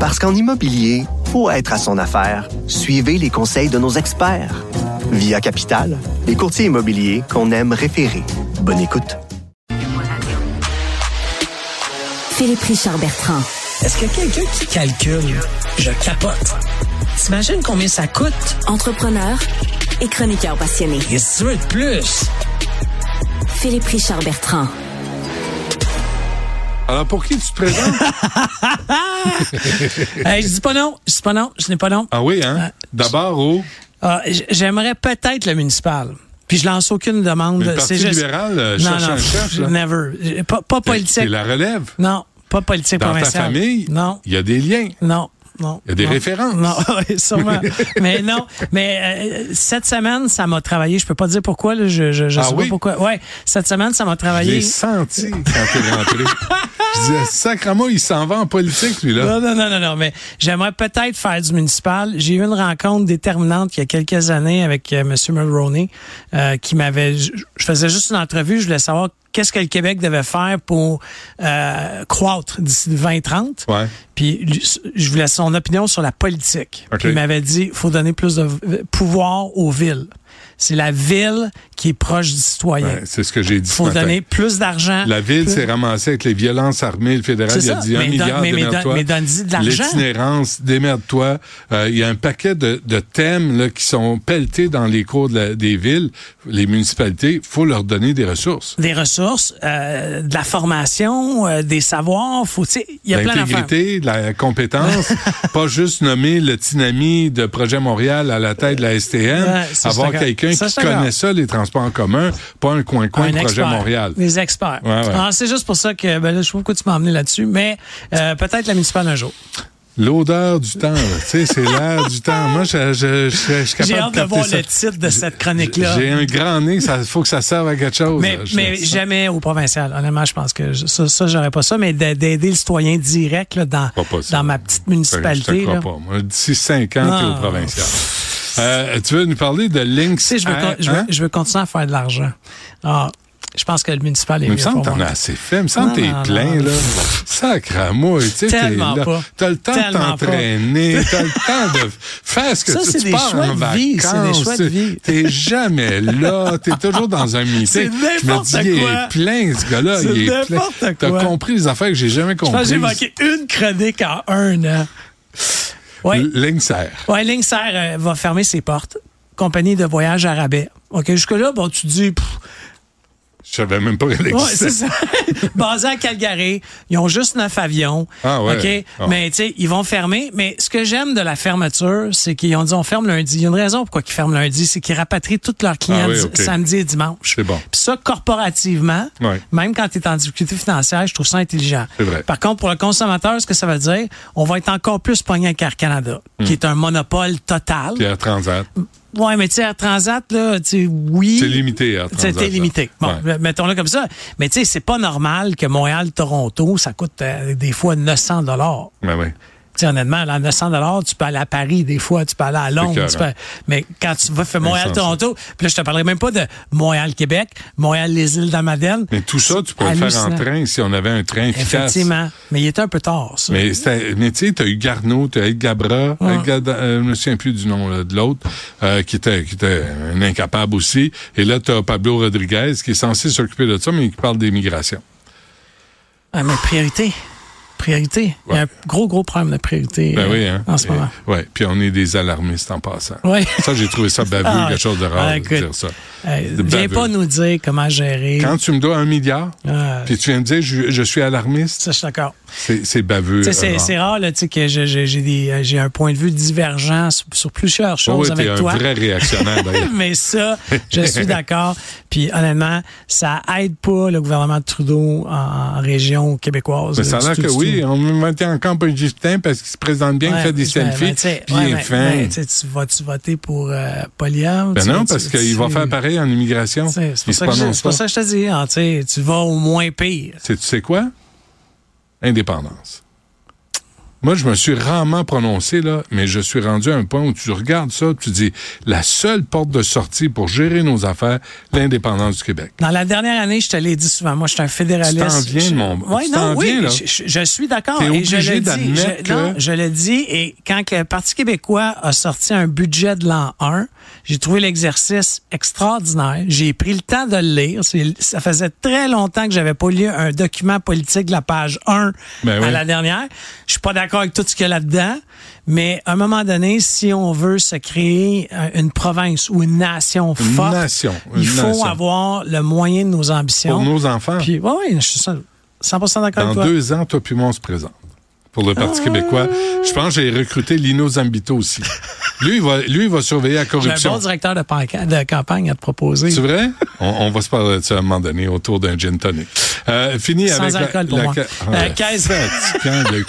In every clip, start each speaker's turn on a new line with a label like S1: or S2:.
S1: Parce qu'en immobilier, pour être à son affaire, suivez les conseils de nos experts. Via Capital, les courtiers immobiliers qu'on aime référer. Bonne écoute.
S2: Philippe Richard Bertrand.
S3: Est-ce que quelqu'un qui calcule, je capote. T'imagines combien ça coûte?
S2: Entrepreneur et chroniqueur passionné.
S3: Qu'est-ce que tu veux de plus?
S2: Philippe Richard Bertrand.
S4: Alors, pour qui tu te présentes?
S3: Hey, je dis pas non, je dis pas non, je n'ai pas non.
S4: Ah oui, hein?
S3: Euh,
S4: D'abord, au...
S3: Ah, j- J'aimerais peut-être le municipal. Puis je lance aucune demande.
S4: Mais le Parti libéral, euh,
S3: non,
S4: cherche
S3: non,
S4: un chef, là.
S3: never. Pas, pas
S4: C'est
S3: politique.
S4: la relève.
S3: Non, pas politique
S4: Dans ta
S3: provinciale.
S4: famille,
S3: Non,
S4: il y a des liens.
S3: non, non.
S4: Il y a des
S3: non.
S4: références.
S3: Non, oui, sûrement. mais non, mais euh, cette semaine, ça m'a travaillé. Je peux pas dire pourquoi, là, je, je, je
S4: Ah
S3: sais
S4: oui?
S3: pas pourquoi. Ouais, cette semaine, ça m'a
S4: Je
S3: travaillé.
S4: l'ai senti quand t'es rentré. Je disais, sacrement, il s'en va en politique, lui-là.
S3: Non, non, non, non, non, mais j'aimerais peut-être faire du municipal. J'ai eu une rencontre déterminante il y a quelques années avec euh, M. Mulroney, euh, qui m'avait. Je je faisais juste une entrevue, je voulais savoir qu'est-ce que le Québec devait faire pour euh, croître d'ici 2030.
S4: Ouais.
S3: Puis lui, je voulais son opinion sur la politique.
S4: OK.
S3: Puis il m'avait dit faut donner plus de v- pouvoir aux villes. C'est la ville qui est proche du citoyen.
S4: Ouais, c'est ce que j'ai dit ce
S3: faut
S4: matin.
S3: donner plus d'argent.
S4: La ville s'est ramassée avec les violences armées. Le fédéral,
S3: C'est
S4: il a
S3: ça.
S4: dit un
S3: Mais don-
S4: milliard,
S3: mais- mais don-
S4: démerde-toi.
S3: mais donne-y de l'argent.
S4: L'itinérance, démerde-toi. Euh, il y a un paquet de, de thèmes là, qui sont pelletés dans les cours de la- des villes, les municipalités. faut leur donner des ressources.
S3: des ressources, euh, de la formation, euh, des savoirs. Faut, tu sais, il y a plein d'affaires.
S4: L'intégrité, la compétence, pas juste nommer le tsunami de Projet Montréal à la tête de la STM,
S3: Ouais, ça, je
S4: avoir
S3: suis
S4: quelqu'un
S3: d'accord. Ça, je
S4: qui
S3: suis d'accord.
S4: connaît ça, les transports en commun, pas un coin-coin
S3: Un
S4: de Projet
S3: expert,
S4: Montréal.
S3: Des experts.
S4: Ouais, ouais.
S3: Alors, c'est juste pour ça que ben là, je sais pas pourquoi tu m'as emmené là-dessus, mais euh, peut-être la municipale un jour.
S4: L'odeur du temps, là, tu sais, c'est l'air du temps. Moi, je, je, je, je suis capable
S3: J'ai hâte de
S4: capter
S3: voir
S4: ça.
S3: le titre de cette chronique-là.
S4: J'ai un grand nez, il faut que ça serve à quelque chose.
S3: Mais,
S4: là. Je- Ben,
S3: mais jamais au provincial. Honnêtement, je pense que je- ça, ça j'aurais pas ça, mais d'a- d'aider le citoyen direct là, dans,
S4: Pas possible. Ben,
S3: dans ma petite
S4: Je te
S3: municipalité.
S4: crois
S3: là. Ah.
S4: pas. Moi, d'ici cinq ans, t'es
S3: Non.
S4: au provincial. Euh, tu veux nous parler de
S3: Tu
S4: Lynx?
S3: sais, je veux,
S4: Hein?
S3: con- je, veux, je veux continuer à faire de l'argent. Alors, je pense que le municipal est
S4: Il me
S3: mieux
S4: semble
S3: pour
S4: que t'en
S3: moi.
S4: as assez fait. Il me semble que
S3: Non, non,
S4: t'es plein,
S3: non.
S4: là. Sacramouille, tu sais, t'es
S3: Tellement
S4: là.
S3: pas.
S4: T'as le temps
S3: Tellement
S4: de t'entraîner, t'as le temps de faire ce que
S3: Ça,
S4: tu,
S3: c'est
S4: tu
S3: des
S4: pars
S3: choix
S4: en
S3: de vie, c'est des
S4: vacances,
S3: choix de
S4: tu-
S3: vie.
S4: T'es jamais là, t'es toujours dans un meeting.
S3: C'est
S4: Je me
S3: n'importe
S4: dis, il
S3: quoi.
S4: est plein, ce gars-là,
S3: C'est
S4: il est plein.
S3: n'importe
S4: T'as
S3: quoi.
S4: compris les affaires que j'ai jamais
S3: Je pense que
S4: comprises.
S3: Ah, j'ai manqué une chronique en un an. Oui.
S4: L'Ingser.
S3: Ouais, Linksair euh, va fermer ses portes. Compagnie de voyage à rabais. OK, jusque-là, bon, tu dis. pff,
S4: Je savais même pas qu'elle
S3: ouais,
S4: existait.
S3: c'est ça. Basé à Calgary, ils ont juste neuf avions.
S4: Ah ouais.
S3: OK,
S4: Ah.
S3: mais tu sais, ils vont fermer. Mais ce que j'aime de la fermeture, c'est qu'ils ont dit on ferme lundi. Il y a une raison pourquoi ils ferment lundi, c'est qu'ils rapatrient toutes leurs clients
S4: Ah oui,
S3: di-
S4: OK.
S3: samedi et dimanche.
S4: C'est bon.
S3: Puis ça, corporativement,
S4: Ouais.
S3: même quand tu es en difficulté financière, je trouve ça intelligent.
S4: C'est vrai.
S3: Par contre, pour le consommateur, ce que ça veut dire, on va être encore plus pogné avec Air Canada,
S4: Hmm.
S3: qui est un monopole total.
S4: Pierre Transat.
S3: Ouais, mais tu sais, Air Transat, là, tu sais, oui.
S4: C'est limité, Air Transat,
S3: C'était
S4: là.
S3: limité. Bon,
S4: Ouais.
S3: mettons-le comme ça. Mais tu sais, c'est pas normal que Montréal-Toronto, ça coûte euh, des fois 900 dollars.
S4: Ben oui.
S3: Tu sais, honnêtement, là, 900 dollars, tu peux aller à Paris des fois, tu peux aller à Londres.
S4: écœurant.
S3: tu peux- Mais quand tu vas faire Montréal-Toronto, puis là, je te parlerai même pas de Montréal-Québec, Montréal-les îles de la Madeleine.
S4: Mais tout ça, tu pourrais le faire en
S3: Hallucinant.
S4: train si on avait un train efficace.
S3: Effectivement. Mais il était un peu tard, ça.
S4: Mais, c'était- mais tu sais, t'as eu Garneau, t'as eu Gabra,
S3: Ouais.
S4: Edgar- euh, je me souviens plus du nom là, de l'autre, euh, qui était qui était un incapable aussi. Et là, t'as Pablo Rodriguez qui est censé s'occuper de ça, mais qui parle des migrations.
S3: Ah, mais priorité. Priorité. Il y a un gros, gros problème de priorité
S4: Ben
S3: euh,
S4: oui, hein.
S3: en ce
S4: Et-
S3: moment.
S4: Ouais. Puis on est des alarmistes en passant.
S3: Ouais.
S4: Ça, j'ai trouvé ça baveux,
S3: Ah,
S4: quelque chose de rare
S3: ah,
S4: de
S3: écoute.
S4: dire ça.
S3: Hey,
S4: De
S3: viens
S4: baveux.
S3: pas nous dire comment gérer.
S4: Quand tu me dois un milliard,
S3: Ah.
S4: puis tu viens me dire je, je suis alarmiste,
S3: Ça, je suis d'accord.
S4: c'est c'est baveux. euh,
S3: Tu sais, C'est
S4: Laurent.
S3: c'est rare là, tu sais, que je- je- j'ai des- euh, j'ai un point de vue divergent sur, sur plusieurs
S4: Oh,
S3: choses
S4: oui, t'es
S3: avec
S4: un
S3: toi.
S4: vrai réactionnaire d'ailleurs.
S3: Mais ça, je suis d'accord. Puis honnêtement, ça aide pas le gouvernement de Trudeau en, en région québécoise.
S4: Mais ça a
S3: du
S4: l'air
S3: tout,
S4: que
S3: du
S4: oui, oui, on me mettait en camp un Justin parce qu'il se présente bien, il
S3: Ouais,
S4: fait des
S3: mais- mais
S4: selfies,
S3: tu sais,
S4: puis
S3: ouais,
S4: il est
S3: mais-
S4: fin.
S3: mais tu sais, tu vas-tu voter pour euh, Poilievre?
S4: Ben
S3: Tu-
S4: non,
S3: tu-
S4: parce
S3: tu-
S4: qu'il va faire pareil en immigration.
S3: tu sais, C'est
S4: Il
S3: pour,
S4: se
S3: ça que je-
S4: prononce
S3: c'est pour
S4: pas.
S3: ça que je te dis, hein, tu sais, tu vas au moins pire.
S4: C'est- tu sais quoi? Indépendance. Moi, je me suis rarement prononcé, là, mais je suis rendu à un point où tu regardes ça, tu dis, la seule porte de sortie pour gérer nos affaires, l'indépendance du Québec.
S3: Dans la dernière année, je te l'ai dit souvent, moi, je suis un fédéraliste.
S4: Tu t'en viens de mon-
S3: Ouais,
S4: tu
S3: non,
S4: t'en
S3: oui,
S4: viens, là.
S3: Je, je- je suis d'accord.
S4: T'es
S3: et je
S4: obligé
S3: le dis.
S4: d'admettre
S3: Je, non,
S4: que-
S3: je le dis. Et quand que le Parti québécois a sorti un budget de l'an 1, j'ai trouvé l'exercice extraordinaire. J'ai pris le temps de le lire. C'est- Ça faisait très longtemps que j'avais pas lu un document politique de la page 1
S4: Ben
S3: à
S4: oui.
S3: la dernière. Je suis pas d'accord avec tout ce qu'il y a là-dedans, mais à un moment donné, si on veut se créer euh, une province ou une nation
S4: Une
S3: forte,
S4: nation,
S3: il
S4: une
S3: faut
S4: nation.
S3: avoir le moyen de nos ambitions.
S4: Pour nos enfants,
S3: Puis, ouais, ouais, je suis 100% d'accord
S4: dans
S3: avec toi.
S4: deux ans, toi puis moi, on se présente. Pour le Parti québécois, je pense que j'ai recruté Lino Zambito aussi. lui, il va, lui, il va surveiller la
S3: J'ai un
S4: corruption.
S3: bon directeur de, panca- de campagne à te proposer.
S4: C'est vrai? On, on va se parler de ça à un moment donné autour d'un gin tonic. Euh, fini
S3: Sans
S4: avec la-
S3: alcool pour
S4: la,
S3: moi.
S4: ca-
S3: Euh,
S4: Ah,
S3: 15.
S4: fatigant de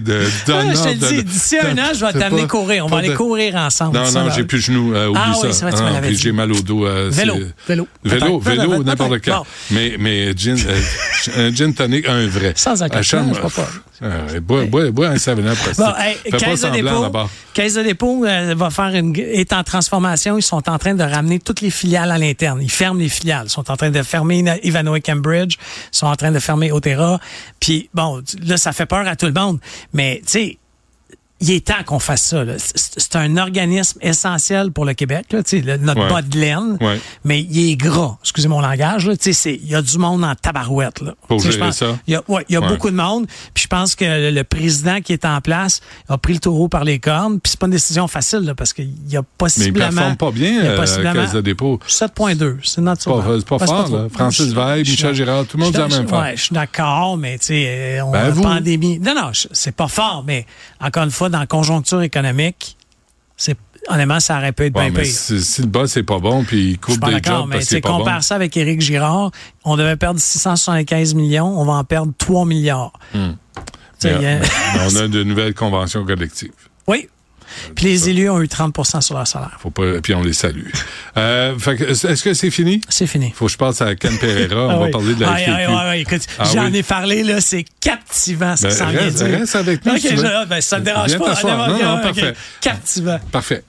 S4: de
S3: Ah,
S4: donneur
S3: je te le
S4: de-
S3: dis, d'ici un
S4: de-
S3: an, je vais
S4: de-
S3: t'amener
S4: pas-
S3: courir. On
S4: pas
S3: va aller
S4: de-
S3: courir ensemble.
S4: Non,
S3: Ça
S4: non,
S3: va-
S4: j'ai plus de genoux. euh, oublie
S3: Ah oui,
S4: ça.
S3: c'est vrai, tu me
S4: Ah,
S3: l'avais
S4: puis
S3: dit.
S4: J'ai mal au dos. euh,
S3: Vélo,
S4: c'est-
S3: vélo,
S4: Vélo,
S3: peut-être,
S4: vélo,
S3: peut-être,
S4: n'importe
S3: peut-être.
S4: quand.
S3: Bon.
S4: Mais, mais gin, euh, un gin tonic, un vrai.
S3: Sans alcool,
S4: Ah, Charles,
S3: non, je crois pas.
S4: ah, ouais, bois, bois, bois un savonnat après
S3: Bon,
S4: ça.
S3: hey,
S4: Fais pas
S3: 15 de
S4: semblant,
S3: dépôt,
S4: d'abord.
S3: 15 de dépôt euh, va faire une, est en transformation. Ils sont en train de ramener toutes les filiales à l'interne. Ils ferment les filiales. Ils sont en train de fermer Na- Ivanhoe Cambridge. Ils sont en train de fermer Otera. Puis bon, tu- là, ça fait peur à tout le monde. Mais tu sais, il est temps qu'on fasse ça. là. C'est- C'est c'est un organisme essentiel pour le Québec. Là, Tu sais, le- notre
S4: Ouais.
S3: bas de laine,
S4: Ouais.
S3: mais il est gras. Excusez mon langage. là. Tu sais, c'est- Il y a du monde en tabarouette. Là.
S4: Pour
S3: Tu sais, je
S4: gérer
S3: pense-
S4: ça.
S3: il y a, ouais, il y a
S4: Ouais.
S3: beaucoup de monde. Puis je pense que le, le président qui est en place a pris le taureau par les cornes. Puis c'est pas une décision facile là, parce qu'il y a
S4: Mais il
S3: possiblement.
S4: performe pas bien,
S3: il y a
S4: euh,
S3: possiblement
S4: Caisse de dépôt.
S3: 7,2. C'est
S4: pas-
S3: naturel.
S4: c'est pas
S3: Ouais,
S4: fort,
S3: trop.
S4: là. Francis
S3: Je-
S4: Veil,
S3: je-
S4: Michel Girard, tout le monde
S3: je-
S4: dit la même
S3: je-
S4: affaire.
S3: Ouais, je suis d'accord, mais tu sais, euh, on
S4: Ben,
S3: a
S4: vous.
S3: pandémie. Non, non, je- c'est pas fort, mais encore une fois, dans la conjoncture économique, c'est honnêtement, ça aurait pu être bien
S4: Ouais, mais
S3: Ben, pire.
S4: si, si le boss est pas bon, puis il
S3: Je suis
S4: coupe
S3: pas
S4: des
S3: d'accord,
S4: jobs
S3: mais
S4: parce
S3: tu
S4: qu'il est
S3: sais,
S4: pas bon.
S3: compare ça avec Éric Girard, on devait perdre 675 millions, on va en perdre 3 milliards. Tu sais,
S4: Hmm. Mais-
S3: il y a-
S4: mais on a de nouvelles conventions collectives.
S3: oui. Puis les élus ont eu 30 sur leur salaire.
S4: Faut pas, puis on les salue. Euh, fait que, est-ce que c'est fini?
S3: C'est fini.
S4: Faut que je passe à Ken Pereira. on
S3: Ah
S4: va
S3: oui.
S4: parler de la
S3: Ah,
S4: FTQ.
S3: ah, ah, ah, écoute,
S4: Ah
S3: J'en
S4: oui.
S3: ai parlé, là, c'est captivant ce
S4: Ben,
S3: qui s'en vient
S4: reste-
S3: dire.
S4: reste avec nous,
S3: Ok,
S4: si tu veux.
S3: je- ben, ça ne dérange
S4: Viens
S3: pas.
S4: t'asseoir.
S3: Ah,
S4: Non, non,
S3: ok,
S4: parfait.
S3: Captivant.
S4: Parfait.